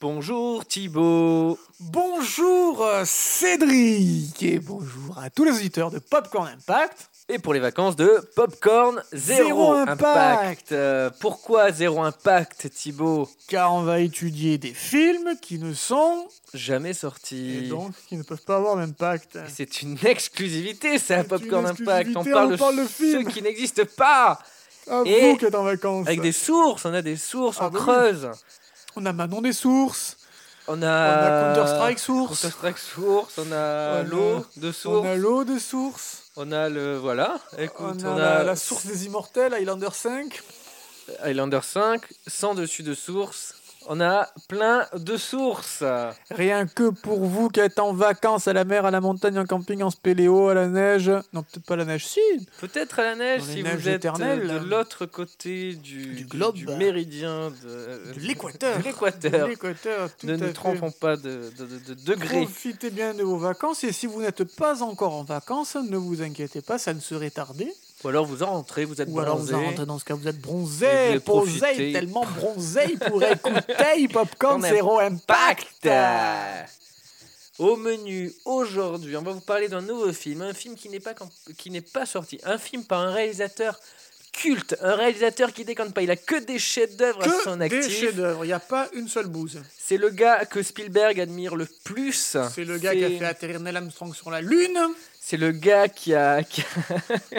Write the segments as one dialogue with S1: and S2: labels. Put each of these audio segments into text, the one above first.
S1: Bonjour Thibaut.
S2: Bonjour euh, Cédric et bonjour à tous les auditeurs de Popcorn Impact.
S1: Et pour les vacances de Popcorn Zéro,
S2: Zéro
S1: impact.
S2: Impact.
S1: Euh, pourquoi Zéro Impact Thibaut
S2: Car on va étudier des films qui ne sont
S1: Jamais sorti.
S2: et donc qui ne peuvent pas avoir d'impact.
S1: Et C'est une exclusivité ça
S2: C'est
S1: Popcorn
S2: une
S1: Impact. On
S2: exclusivité,
S1: parle
S2: on
S1: de
S2: parle de
S1: ceux
S2: films.
S1: qui n'existent pas.
S2: À
S1: Et-
S2: vous qui êtes en vacances.
S1: Avec des sources, on a des sources,
S2: Ah
S1: on
S2: bah oui.
S1: creuse.
S2: On a Manon des sources,
S1: On
S2: on
S1: a euh,
S2: a Counter-Strike source,
S1: Counter-Strike source, on
S2: On
S1: a
S2: a-
S1: l'eau de
S2: on
S1: source,
S2: a l'eau de source,
S1: on a le voilà. Écoute,
S2: on a, la, la source des immortels, Highlander 5.
S1: Highlander 5, sans dessus de source. On a plein de sources.
S2: Rien que pour vous qui êtes en vacances à la mer, à la montagne, en camping, en spéléo, à la neige. Non, peut-être pas la neige, si.
S1: Peut-être à la neige
S2: Dans les
S1: si
S2: neiges
S1: vous êtes euh,
S2: éternelles.
S1: de l'autre côté du,
S2: Du globe.
S1: méridien de, euh,
S2: De l'équateur.
S1: de l'équateur.
S2: L'équateur, tout
S1: Ne
S2: à
S1: nous
S2: fait.
S1: trompons pas de, de, de- de degré.
S2: Profitez bien de vos vacances et si vous n'êtes pas encore en vacances, ne vous inquiétez pas, ça ne serait tardé.
S1: Ou alors vous en rentrez, vous êtes
S2: Ou alors vous
S1: bronzé.
S2: en rentrez dans ce cas, vous êtes
S1: Et
S2: bronzé,
S1: vous pouvez profiter.
S2: bronzé, tellement bronzé pour écouter Popcorn
S1: Ton
S2: Zéro
S1: Impact
S2: Impact.
S1: Au menu aujourd'hui, on va vous parler d'un nouveau film, un film qui n'est pas quand- qui n'est pas sorti, un film par un réalisateur culte, un réalisateur qui déconne pas, il a que des chefs-d'œuvre à son
S2: Que des
S1: actif.
S2: chefs-d'œuvre, il n'y a pas une seule bouse.
S1: C'est le gars que Spielberg admire le plus.
S2: C'est le gars qui a
S1: Ah. C'est-
S2: fait atterrir Neil Armstrong sur la Lune,
S1: C'est le gars qui a, qui a-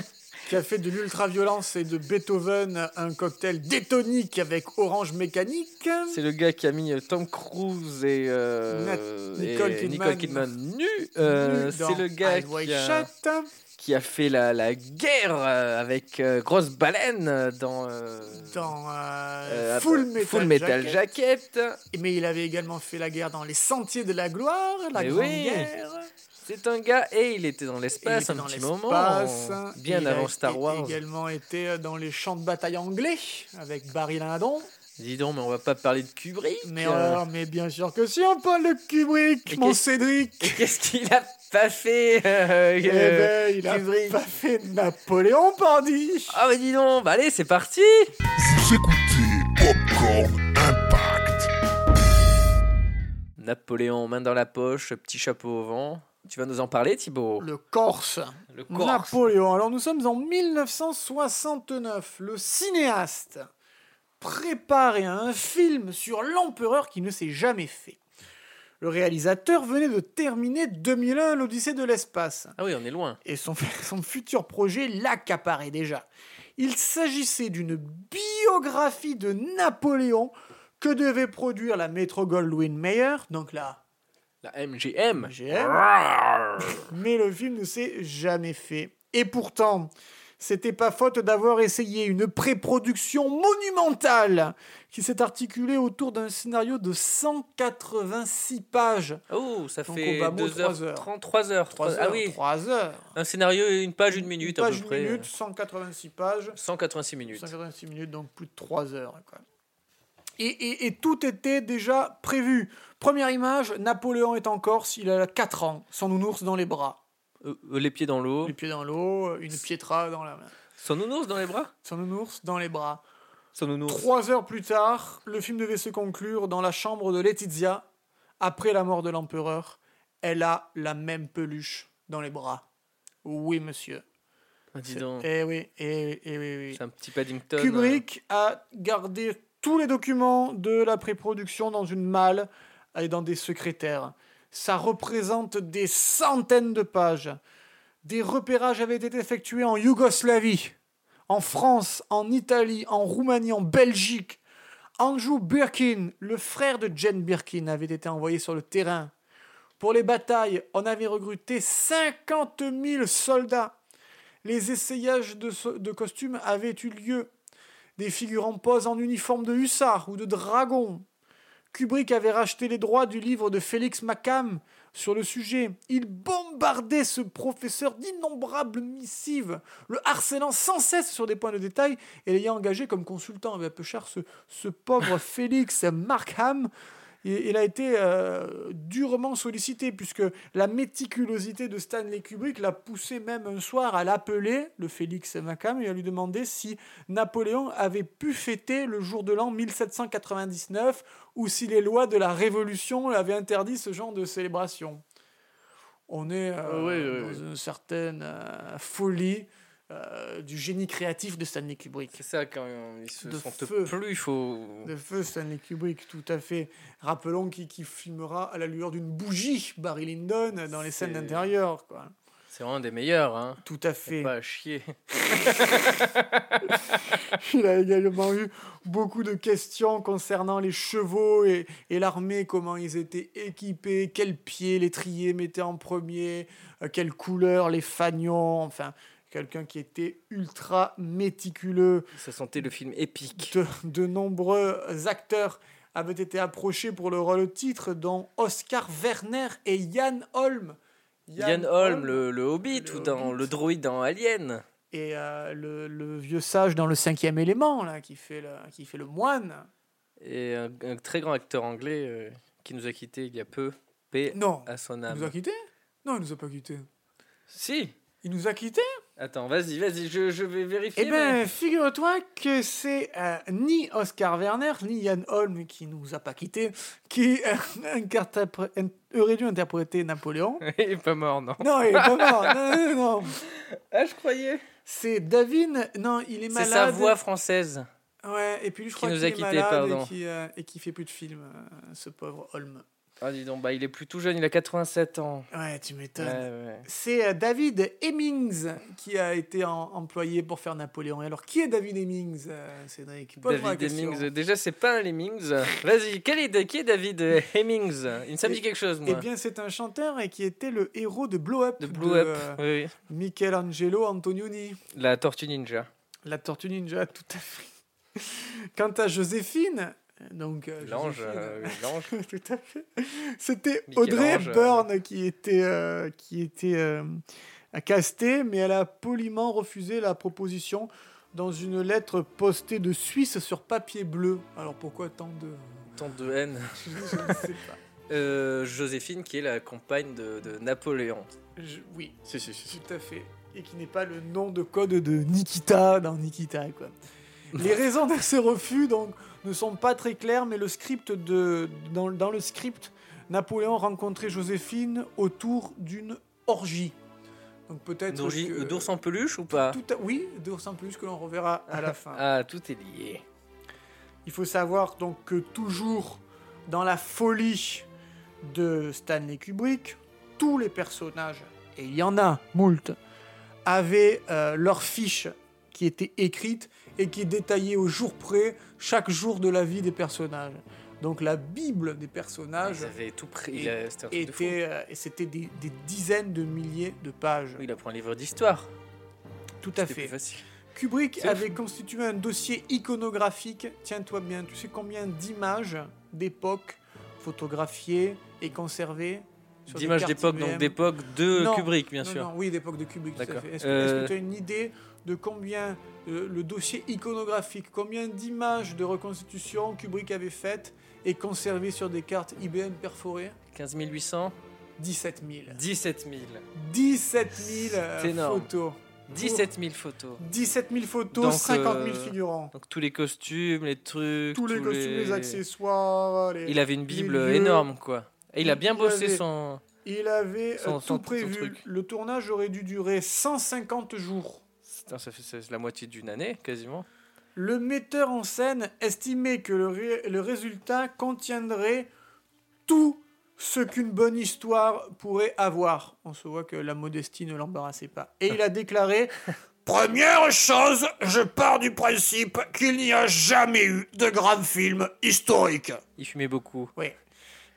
S2: qui a fait de l'ultra-violence et de Beethoven un cocktail détonique avec Orange Mécanique.
S1: c'est le gars qui a mis euh, Tom Cruise et, euh,
S2: Nat-
S1: et
S2: Nicole Kidman.
S1: Nicole Kidman nus. Euh,
S2: Nul
S1: c'est
S2: dans
S1: le gars
S2: Eyes Wide
S1: qui a,
S2: Shut.
S1: qui a fait la, la guerre euh, avec euh, grosse baleine euh, dans, euh,
S2: dans euh,
S1: euh,
S2: Full
S1: après-
S2: Metal,
S1: Full Metal
S2: Jacket.
S1: Jacket.
S2: Mais il avait également fait la guerre dans les Sentiers de la Gloire, la
S1: Mais
S2: Grande
S1: oui.
S2: Guerre.
S1: C'est un gars et il était dans l'espace
S2: Il
S1: un
S2: était dans
S1: petit
S2: l'espace.
S1: moment, bien
S2: Il
S1: avant
S2: a
S1: Star
S2: é-
S1: Wars.
S2: également été euh, dans les champs de bataille anglais avec Barry Lyndon.
S1: Dis donc, mais on va pas parler de Kubrick.
S2: Mais,
S1: euh,
S2: alors, mais bien sûr que si, on parle de
S1: Et
S2: Kubrick, mon
S1: qu'est-ce-
S2: Cédric.
S1: Et qu'est-ce qu'il a pas fait euh,
S2: Eh
S1: euh,
S2: ben, il a
S1: Kubrick.
S2: pas fait de Napoléon, pardi.
S1: Ah mais dis donc, bah allez, c'est parti
S3: Vous écoutez Popcorn Impact.
S1: Napoléon, main dans la poche, petit chapeau au vent. Tu vas nous en parler, Thibaut
S2: Le Corse.
S1: Le Corse.
S2: Napoléon. Alors nous sommes en 1969. Le cinéaste prépare un film sur l'empereur qui ne s'est jamais fait. Le réalisateur venait de terminer 2001 l'Odyssée de l'espace
S1: Ah oui, on est loin.
S2: et son, son futur projet l'accaparait déjà. Il s'agissait d'une biographie de Napoléon que devait produire la métro Goldwyn Mayer, donc la
S1: La MGM.
S2: MGM, mais le film ne s'est jamais fait. Et pourtant, c'était pas faute d'avoir essayé une pré-production monumentale qui s'est articulée autour d'un scénario de 186 pages. Euh,
S1: Oh, ça
S2: Donc,
S1: fait
S2: au bas mot,
S1: 2
S2: trois
S1: heures.
S2: heures.
S1: 33 heures.
S2: 3
S1: trois-
S2: heures,
S1: Ah oui,
S2: 3 heures.
S1: un scénario, une page, une minute à
S2: page,
S1: peu près. euh.
S2: une minute, 186 pages.
S1: 186 minutes.
S2: 186 minutes, donc plus de 3 heures. quoi. Et, et- et tout était déjà prévu. Première image, Napoléon est en Corse, il a 4 ans, son nounours dans les bras.
S1: Euh, euh, les pieds dans l'eau.
S2: Les pieds dans l'eau, une piétra dans la main.
S1: Son nounours dans les bras
S2: Son nounours dans les bras.
S1: Son nounours.
S2: Trois heures plus tard, le film devait se conclure dans la chambre de Letizia. Après la mort de l'empereur, elle a la même peluche dans les bras. Oui, monsieur.
S1: Ah, dis donc,
S2: Eh oui, eh, eh oui, oui.
S1: c'est un petit Paddington.
S2: Kubrick a gardé tous les documents de la pré-production dans une malle et dans des secrétaires. Ça représente des centaines de pages. Des repérages avaient été effectués en Yougoslavie, en France, en Italie, en Roumanie, en Belgique. Andrew Birkin, le frère de Jane Birkin, avait été envoyé sur le terrain. Pour les batailles, on avait recruté 50 000 soldats. Les essayages de, so- de costumes avaient eu lieu. Des figurants posent en uniforme de hussard ou de dragon. Kubrick avait racheté les droits du livre de Félix Macam sur le sujet. Il bombardait ce professeur d'innombrables missives, le harcelant sans cesse sur des points de détail Eh et l'ayant engagé comme consultant à peu cher ce, ce pauvre Félix Markham Et il a été euh, durement sollicité, puisque la méticulosité de Stanley Kubrick l'a poussé même un soir à l'appeler, le Félix Macam, et à lui demander si Napoléon avait pu fêter le jour de l'an 1799 ou si les lois de la Révolution avaient interdit ce genre de célébration. On est euh,
S1: Oui, oui,
S2: dans une certaine euh, folie euh, du génie créatif de Stanley Kubrick.
S1: C'est ça, quand euh, ils se
S2: De
S1: sont
S2: feu.
S1: plus, il faut.
S2: De feu Stanley Kubrick, tout à fait. Rappelons qu'il qu'il filmera à la lueur d'une bougie Barry Lyndon dans les scènes
S1: C'est-
S2: d'intérieur. quoi.
S1: C'est vraiment des meilleurs, hein.
S2: Tout à
S1: Faut
S2: fait.
S1: Pas à chier.
S2: Il a également eu beaucoup de questions concernant les chevaux et, et l'armée, comment ils étaient équipés, quels pieds l'étrier mettait en premier, euh, quelle couleur les fagnons, enfin, quelqu'un qui était ultra méticuleux.
S1: Ça sentait le film épique.
S2: de, de nombreux acteurs avaient été approchés pour le rôle titre, dont Oscar Werner et Yann Holm.
S1: Ian Holm, le, le Hobbit,
S2: le
S1: ou dans
S2: Hobbit.
S1: le droïde dans Alien.
S2: Et euh, le, le vieux sage dans le cinquième élément, là, qui, fait le, qui fait le moine.
S1: Et un, un très grand acteur anglais euh, qui nous a quittés il y a peu. Paix
S2: Non,
S1: à son
S2: il
S1: âme.
S2: nous a quittés Non, il nous a pas quittés.
S1: Si
S2: Il nous a quittés
S1: Attends, vas-y, vas-y, je, je vais vérifier.
S2: Eh bien, figure-toi que c'est euh, ni Oscar Werner, ni Yann Holm, qui nous a pas quittés, qui euh, interpré- in- aurait dû interpréter Napoléon.
S1: mais- il est pas mort, non.
S2: Non, il est pas mort. Non, non, non.
S1: Ah, je croyais.
S2: C'est Davin. Non, il est
S1: C'est
S2: malade.
S1: sa voix française.
S2: Ouais, et puis lui, je
S1: qui
S2: crois
S1: nous
S2: qu'il
S1: a
S2: est
S1: quittés,
S2: malade
S1: pardon.
S2: et qui euh, et qui fait plus de films, euh, ce pauvre Holm.
S1: Ah, dis donc, bah, il est plus tout jeune, il a 87 ans.
S2: Ouais, tu
S1: Ouais,
S2: m'étonnes.
S1: ouais.
S2: C'est euh, David Hemmings qui a été en- employé pour faire Napoléon. Et alors, qui est David Hemmings, euh, Cédric Pose-moi la
S1: David
S2: question.
S1: Hemmings. euh, Déjà, c'est pas un Lemmings. Vas-y, quel est, qui est David Hemmings Il me ça me dit quelque chose,
S2: Eh
S1: moi.
S2: bien, c'est un chanteur et qui était le héros de Blow Up
S1: de Blue Up.
S2: euh,
S1: Oui,
S2: Michelangelo Antonioni.
S1: oui. La Tortue Ninja.
S2: La Tortue Ninja, tout à fait. Quant à Joséphine, donc euh,
S1: L'ange.
S2: Joséphine,
S1: euh, l'ange.
S2: Tout à fait. C'était
S1: Michel-Ange,
S2: Audrey
S1: euh,
S2: Hepburn qui était, euh, qui était euh, castée, mais elle a poliment refusé la proposition dans une lettre postée de Suisse sur papier bleu. Alors pourquoi tant de...
S1: Tant de haine.
S2: Je, je ne sais pas.
S1: Euh, Joséphine, qui est la compagne de, de Napoléon.
S2: Je- oui,
S1: Si, si,
S2: tout à fait. Et qui n'est pas le nom de code de Nikita dans Nikita, quoi. Les raisons de ce refus donc, ne sont pas très claires, mais le script de, dans, dans le script, Napoléon rencontrait Joséphine autour d'une orgie. Donc peut-être que-
S1: D'ours en peluche ou pas
S2: Tout à- oui, d'ours en plus que l'on reverra à la fin.
S1: Ah, tout est lié.
S2: Il faut savoir donc que toujours dans la folie de Stanley Kubrick, tous les personnages, et il y en a moult, avaient euh, leur fiche qui était écrite et qui détaillait au jour près chaque jour de la vie des personnages. Donc la Bible des personnages
S1: Ils avaient tout pris.
S2: Ah, Et-
S1: Il a- C'était un truc de fou.
S2: était, euh, et c'était des, des dizaines de milliers de pages.
S1: Il a pris un livre d'histoire.
S2: Tout à
S1: C'était plus
S2: fait.
S1: facile.
S2: Kubrick
S1: C'est
S2: avait constitué un dossier iconographique, tiens-toi bien, tu sais combien d'images d'époque photographiées et conservées sur des
S1: D'images
S2: cartes
S1: d'époque, donc
S2: IBM?
S1: d'époque de
S2: Non,
S1: Kubrick, bien
S2: Non,
S1: sûr.
S2: non, oui, d'époque de Kubrick, tout à
S1: D'accord.
S2: fait. Est-ce que- est-ce que
S1: Euh,
S2: tu as une idée de combien euh, le dossier iconographique, combien d'images de reconstitution Kubrick avait faites et conservées sur des cartes IBM perforées
S1: 15 800,
S2: 17 000.
S1: 17 000.
S2: 17 000 euh,
S1: C'est énorme.
S2: photos.
S1: 17 000 photos.
S2: 17 000 photos,
S1: Donc,
S2: 50 000
S1: euh,
S2: figurants.
S1: Donc tous les costumes, les trucs.
S2: tous les costumes, les accessoires. les-
S1: Il avait une Bible
S2: lieux.
S1: énorme, quoi. Et il a bien
S2: Il
S1: bossé
S2: avait-
S1: son.
S2: Il avait euh,
S1: Sans-
S2: tout
S1: sans tout
S2: prévu.
S1: truc.
S2: Le tournage aurait dû durer 150 jours.
S1: Putain, ça fait c'est la moitié d'une année, quasiment.
S2: Le metteur en scène estimait que le, ré- le résultat contiendrait tout ce qu'une bonne histoire pourrait avoir. On se voit que la modestie ne l'embarrassait pas. Et il a déclaré
S3: Première chose, je pars du principe qu'il n'y a jamais eu de grand film historique.
S1: Il fumait beaucoup.
S2: Oui.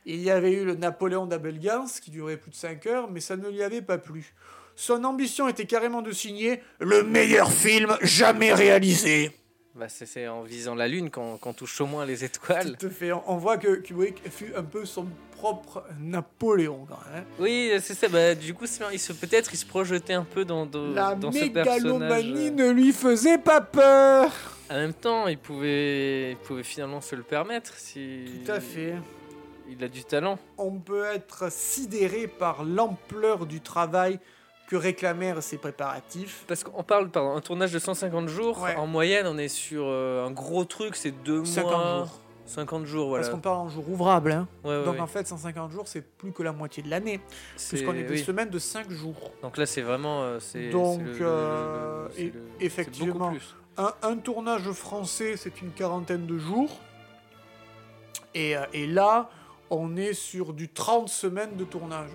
S2: Il y avait eu le Napoléon d'Abelgans qui durait plus de 5 heures, mais ça ne lui avait pas plu. Son ambition était carrément de signer
S3: Le meilleur film jamais réalisé.
S1: Bah, c'est- c'est en visant la lune qu'on qu'on touche au moins les étoiles.
S2: Tout à fait. On on voit que Kubrick fut un peu son propre Napoléon quand même. hein.
S1: Oui, c'est ça. Bah, du coup, c'est- il se- peut-être il se projetait un peu dans, dans,
S2: La
S1: Mmh, dans ce personnage.
S2: mégalomanie ne lui faisait pas peur.
S1: En même temps, il pouvait, il pouvait finalement se le permettre. Si...
S2: Tout à fait.
S1: Il a du talent.
S2: on peut être sidéré par l'ampleur du travail que réclamèrent ces préparatifs.
S1: Parce qu'on parle, pardon, un tournage de 150 jours.
S2: Ouais.
S1: En moyenne, on est sur euh, un gros truc, c'est deux
S2: 50
S1: mois.
S2: jours.
S1: 50 jours, voilà. Ah
S2: Parce qu'on parle en jours ouvrables. hein.
S1: Ouais, ouais,
S2: Donc
S1: ouais.
S2: en fait, 150 jours, c'est plus que la moitié de l'année.
S1: C'est-
S2: Puisqu'on est des
S1: oui.
S2: semaines de 5 jours.
S1: Donc là, c'est vraiment. euh, c'est-
S2: Donc,
S1: c'est le- le-
S2: euh,
S1: c'est
S2: et-
S1: le- c'est
S2: effectivement.
S1: beaucoup plus.
S2: Un, un tournage français, c'est une quarantaine de jours. Et, euh, et là, on est sur du 30 semaines de tournage.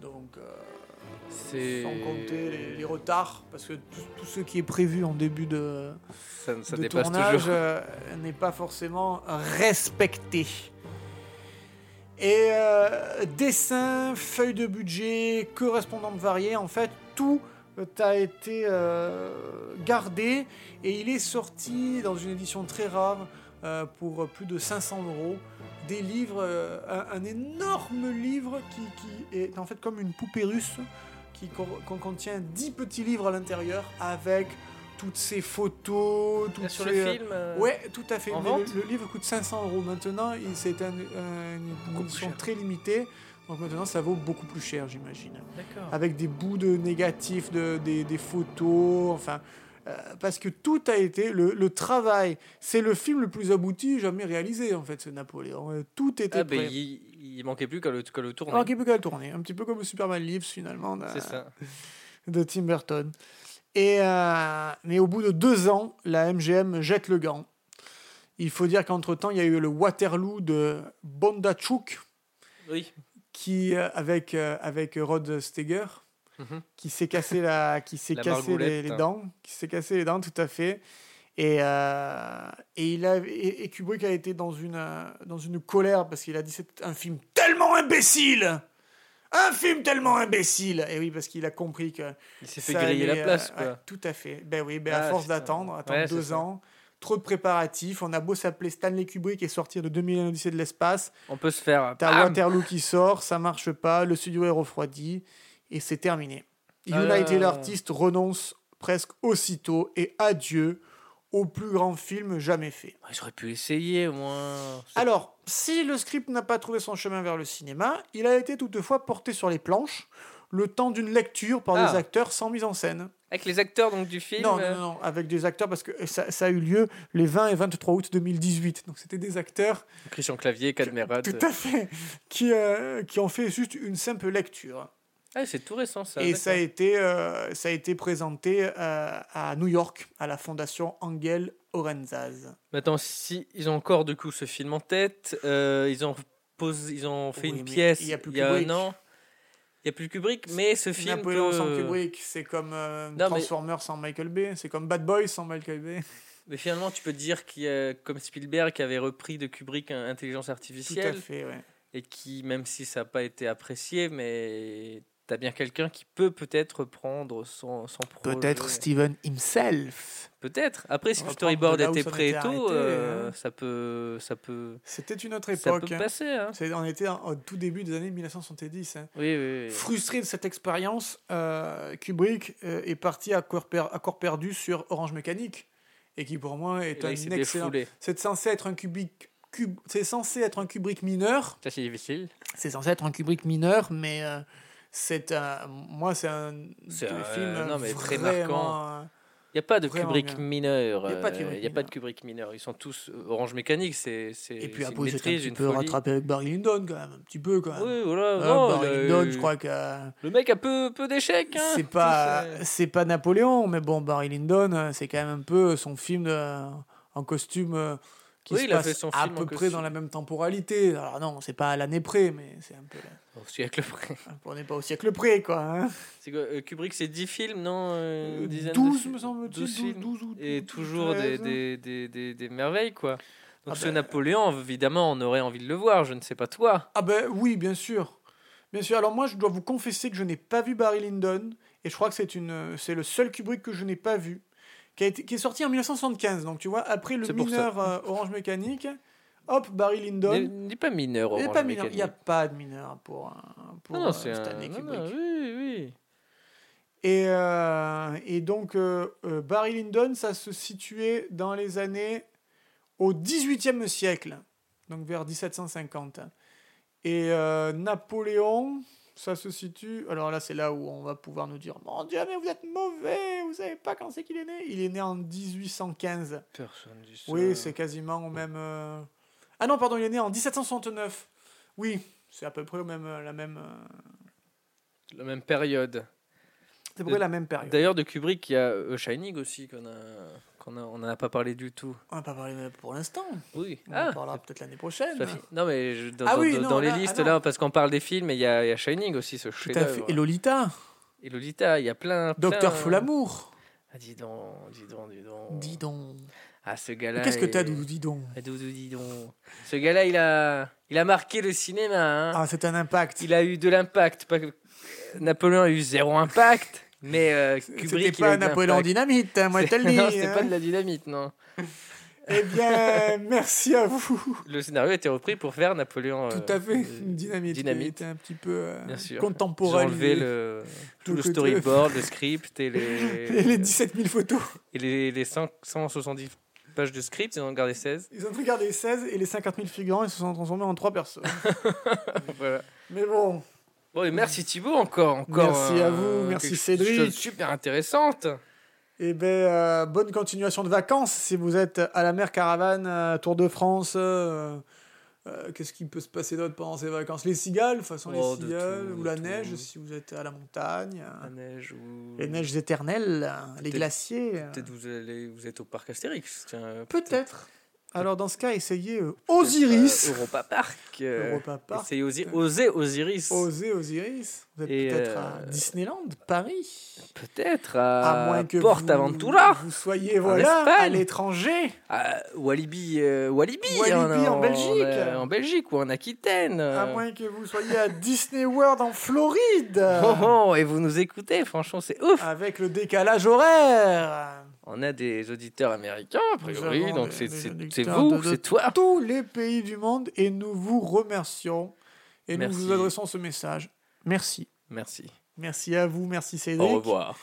S2: Donc, euh,
S1: C'est-
S2: sans compter les, les retards, parce que tout, tout ce qui est prévu en début de,
S1: Ça, ça
S2: de
S1: dépasse
S2: tournage
S1: toujours.
S2: euh, n'est pas forcément respecté. Et euh, dessin, feuille de budget, correspondante variée, en fait, tout a été euh, gardé et il est sorti dans une édition très rare euh, pour plus de 500 euros. Des livres, euh, un, un énorme livre qui, qui est en fait comme une poupée russe qui con- con- contient 10 petits livres à l'intérieur avec toutes ces photos, toutes
S1: Sur
S2: ces,
S1: le
S2: euh,
S1: film. euh,
S2: Ouais, tout à fait.
S1: en
S2: Mais le-
S1: vente
S2: le, livre coûte 500 euros maintenant. il- C'est un- un- une
S1: Beaucoup plus
S2: édition
S1: cher.
S2: très limitée. Donc maintenant, ça vaut beaucoup plus cher, j'imagine.
S1: D'accord.
S2: Avec des bouts de négatifs, de, des, des photos, enfin. euh, parce que tout a été le, le travail. C'est le film le plus abouti jamais réalisé, en fait, ce Napoléon. Euh, Tout était
S1: Ah, ben,
S2: prêt.
S1: il, il manquait plus qu'à le, qu'à le tourner.
S2: Alors qu'il peut qu'à le tourner. Un petit peu comme Superman Lives, finalement. d'un-
S1: C'est ça.
S2: de Tim Burton. Et, euh, mais au bout de deux ans, la MGM jette le gant. Il faut dire qu'entre-temps, il y a eu le Waterloo de Bondachuk,
S1: Oui.
S2: qui, euh, avec, euh, avec Rod Steger,
S1: Mhm.
S2: qui s'est cassé, la, qui s'est
S1: La hein.
S2: cassé les,
S1: margoulette.
S2: les dents. Qui s'est cassé les dents, tout à fait. Et, euh, et, il a, et, et Kubrick a été dans une, euh, dans une colère parce qu'il a dit c'est un film
S3: Tellement imbécile
S2: un film tellement imbécile. Et oui, parce qu'il a compris que
S1: Il s'est fait
S2: Ça
S1: griller
S2: allait,
S1: la
S2: euh,
S1: place,
S2: ouais,
S1: quoi.
S2: tout à fait. Ben oui, ben à
S1: Ah,
S2: force
S1: putain.
S2: d'attendre, attendre
S1: Ouais, c'est
S2: deux
S1: ça.
S2: ans, trop de préparatifs. On a beau s'appeler Stanley Kubrick et sortir de 2001 Odyssée de l'espace.
S1: On peut se faire. ah,
S2: T'as
S1: bam
S2: Waterloo qui sort, ça marche pas, le studio est refroidi et c'est terminé.
S1: Ah là
S2: United
S1: là.
S2: Artists renonce presque aussitôt et adieu au plus grand film jamais fait.
S1: Ouais, J'aurais pu essayer, au moins. C'est-
S2: Alors, si le script n'a pas trouvé son chemin vers le cinéma, il a été toutefois porté sur les planches, le temps d'une lecture par
S1: Ah.
S2: des acteurs sans mise en scène.
S1: Avec les acteurs donc, du film.
S2: Non,
S1: euh,
S2: non, non, non, avec des acteurs, parce que ça, ça a eu lieu les 20 et 23 août 2018. Donc c'était des acteurs,
S1: Christian Clavier, Cadmerat.
S2: tout à fait, qui, euh, qui ont fait juste une simple lecture.
S1: Ah, c'est tout récent, ça.
S2: et ça a,
S1: d'accord.
S2: été, euh, ça a été présenté euh, à New York, à la fondation Angel Orenzaz.
S1: Mais Attends, si ils ont encore du coup ce film en tête, euh, ils ont posé, ils ont fait
S2: Oui,
S1: une
S2: mais
S1: pièce
S2: il
S1: il
S2: y
S1: y
S2: a
S1: a,
S2: plus
S1: un
S2: Kubrick.
S1: an. Il y a plus Kubrick, mais ce film
S2: Napoléon
S1: peut-
S2: sans Kubrick, c'est comme euh,
S1: mais-
S2: Transformers sans Michael Bay, c'est comme Bad Boys sans Michael Bay.
S1: Mais finalement, tu peux dire qu'il y a, comme Spielberg avait repris de Kubrick un- Intelligence
S2: Tout à
S1: artificielle
S2: fait, ouais.
S1: et qui, même si ça n'a pas été apprécié, mais t'as bien quelqu'un qui peut peut-être prendre son, son projet.
S2: Peut-être Steven himself.
S1: Peut-être. Après, si le
S2: Reprendre de
S1: storyboard
S2: là où
S1: était
S2: ça en
S1: prêt
S2: était
S1: et tout,
S2: arrêté,
S1: euh,
S2: hein.
S1: ça peut, ça peut,
S2: C'était une autre
S1: ça
S2: époque.
S1: peut
S2: hein.
S1: passer. hein.
S2: C'est- On était en- au tout début des années 1970. hein.
S1: Oui, oui. oui.
S2: Frustré de cette expérience, euh, Kubrick euh, est parti à corps, per- à corps perdu sur Orange Mécanique, et qui pour moi
S1: Et
S2: est
S1: là,
S2: un
S1: il s'est
S2: excellent.
S1: défoulé.
S2: C'est censé être un Kubrick. Cub- C'est censé être un Kubrick mineur.
S1: Ça, c'est difficile.
S2: C'est censé être un Kubrick mineur, mais euh, c'est un. Moi, c'est un.
S1: C'est
S2: des
S1: un- euh,
S2: films
S1: non, mais très
S2: vraiment, euh,
S1: Il n'y a pas de
S2: Vraiment
S1: Kubrick
S2: bien.
S1: mineur.
S2: Y a pas de
S1: euh,
S2: Kubrick
S1: y a pas de
S2: mineur.
S1: Kubrick mineur. Ils sont tous euh, Orange Mécanique. C'est c'est-
S2: Et puis
S1: c'est une
S2: après, j'étais un
S1: maîtrise,
S2: petit
S1: une
S2: peu
S1: folie.
S2: rattrapé avec Barry Lyndon, quand même, un petit peu, quand même.
S1: Oui, voilà.
S2: Euh,
S1: non,
S2: Barry
S1: le-
S2: Lyndon, je crois que euh,
S1: Le mec a peu, peu d'échecs. hein.
S2: c'est
S1: Tout,
S2: pas
S1: c'est-
S2: c'est pas Napoléon, mais bon, Barry Lyndon, euh, c'est quand même un peu son film de- en costume euh, qui
S1: Oui,
S2: se
S1: il a
S2: passe
S1: fait son
S2: à
S1: film en
S2: peu près
S1: costume.
S2: dans la même temporalité. Alors non, c'est pas à l'année près, mais c'est un peu. la-
S1: Au siècle près.
S2: On n'est pas au siècle près, quoi. hein.
S1: C'est quoi, euh, Kubrick, c'est 10 films, non euh, une dizaine de
S2: 12,
S1: films.
S2: me semble-t-il,
S1: 12 films.
S2: 12 ou
S1: Et
S2: 12,
S1: toujours des,
S2: 13.
S1: des, des, des, des merveilles, quoi. Donc,
S2: Ah
S1: ce
S2: ben-
S1: Napoléon, évidemment, on aurait envie de le voir. Je ne sais pas toi.
S2: Ah ben oui, bien sûr. Bien sûr. Alors moi, je dois vous confesser que je n'ai pas vu Barry Lyndon et je crois que c'est une c'est le seul Kubrick que je n'ai pas vu qui, a été- qui est sorti en 1975. Donc tu vois, après le
S1: C'est pour ça.
S2: mineur euh, Orange Mécanique, hop, Barry
S1: N'est
S2: Lyndon.
S1: n'est pas mineur,
S2: Il n'y
S1: Orange
S2: a pas mineur, il
S1: Mécanique. Ah
S2: n'y a pas de mineur pour, un- pour
S1: Non, non,
S2: euh,
S1: c'est un...
S2: Stanley
S1: non,
S2: Kubrick.
S1: non, oui, oui.
S2: Et, euh, et donc, euh, euh, Barry Lyndon, ça se situait dans les années au 18e siècle. donc vers 1750. Et euh, Napoléon, ça se situe. Alors là, c'est là où on va pouvoir nous dire Mon Dieu, mais vous êtes mauvais, vous savez pas quand c'est qu'il est né. Il est né en 1815.
S1: Personne dit ça.
S2: Oui, c'est quasiment au même. euh, Ah non, pardon, il est né en 1769. Oui, c'est à peu près au même, la même. euh,
S1: la même période.
S2: C'est à peu près la même période.
S1: D'ailleurs, de Kubrick, il y a euh, Shining aussi, qu'on a, qu'on a, on n'en a pas parlé du tout.
S2: On va pas parler pour l'instant.
S1: Oui.
S2: On
S1: Ah,
S2: en parlera peut-être l'année prochaine.
S1: ça fait- Non, mais je- dans,
S2: Ah
S1: dans-
S2: oui,
S1: dans-
S2: non,
S1: dans les
S2: là, ah
S1: listes,
S2: non.
S1: là, parce qu'on parle des films, et il y, a il y a Shining aussi, ce
S2: Tout à fait.
S1: chef-d'œuvre.
S2: Et Lolita,
S1: Et Lolita, il y a plein.
S2: Docteur
S1: plein-
S2: Foulamour.
S1: Ah, dis donc, dis donc, dis donc.
S2: euh, Dis donc.
S1: Ah, ce gars-là.
S2: Qu'est-ce que
S1: est-
S2: t'as, Doudou Dis donc.
S1: Ah, Doudou, dis donc. Ce gars-là, il a, il a marqué le cinéma. hein.
S2: Ah, c'est un impact.
S1: Il a eu de l'impact. pas que- Napoléon a eu zéro impact, mais euh,
S2: C'était
S1: Kubrick. il a
S2: pas
S1: eu
S2: un
S1: de
S2: Napoléon
S1: l'impact.
S2: Dynamite, hein, moi je te le dis.
S1: Non, c'était pas de
S2: hein.
S1: la dynamite, non.
S2: Eh bien, merci à vous.
S1: Le scénario a été repris pour faire Napoléon. euh,
S2: Tout à fait.
S1: euh, Dynamite.
S2: Dynamite. Dynamite. un petit peu euh,
S1: Bien sûr. Ils ont
S2: contemporain.
S1: enlevé le, tout
S2: le
S1: le
S2: côté-
S1: storyboard, le script et
S2: Et
S1: les,
S2: les 17 000 photos.
S1: et les, les 100 170 pages de script, ils en ont gardé 16.
S2: Ils ont regardé les 16 et les 50 000 figurants, ils se sont transformés en 3 personnes.
S1: Voilà.
S2: Mais bon,
S1: Bon, et merci Thibaut encore. encore euh,
S2: Merci à vous, merci
S1: quelque
S2: Cédric.
S1: chose de super intéressante.
S2: eh ben, euh, bonne continuation de vacances si vous êtes à la mer Caravane, à Tour de France. euh, euh, Qu'est-ce qui peut se passer d'autre pendant ces vacances Les cigales, de toute façon,
S1: Oh, de
S2: les cigales,
S1: tout,
S2: ou
S1: de
S2: la
S1: tout.
S2: neige si vous êtes à la montagne.
S1: La neige ou.
S2: Les neiges éternelles, les
S1: Peut-être-
S2: glaciers. euh,
S1: Peut-être vous, allez- vous êtes au parc Astérix. tiens,
S2: Peut-être. Alors dans ce cas, essayez euh,
S1: peut-être,
S2: Osiris.
S1: euh, Europa Park. euh,
S2: Europa Park.
S1: essayez Osi- osez Osiris.
S2: Osez Osiris. Vous êtes
S1: Et,
S2: peut-être à
S1: euh,
S2: Disneyland, Paris.
S1: Peut-être
S2: À
S1: à,
S2: moins que
S1: Porte
S2: vous,
S1: Aventura.
S2: vous soyez voilà à
S1: Espagne.
S2: l'étranger.
S1: à Walibi, euh, Walibi,
S2: Walibi en Belgique.
S1: euh, en Belgique ou en Aquitaine. euh.
S2: À moins que vous soyez à Disney World en Floride.
S1: Oh, oh, et vous nous écoutez, franchement, c'est ouf.
S2: Avec le décalage horaire.
S1: On a des auditeurs américains, a priori,
S2: avons
S1: donc
S2: des-
S1: c'est
S2: des
S1: c'est- c'est
S2: auditeurs de-
S1: vous,
S2: de-
S1: c'est toi.
S2: Tous les pays du monde et nous vous remercions et
S1: Merci.
S2: nous vous adressons ce message. Merci.
S1: Merci.
S2: Merci à vous, merci Cédric.
S1: Au revoir.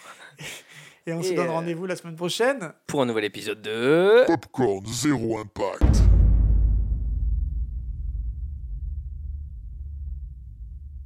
S2: Et on se
S1: Et,
S2: donne
S1: euh,
S2: rendez-vous la semaine prochaine.
S1: Pour un nouvel épisode de...
S4: Popcorn Zéro Impact.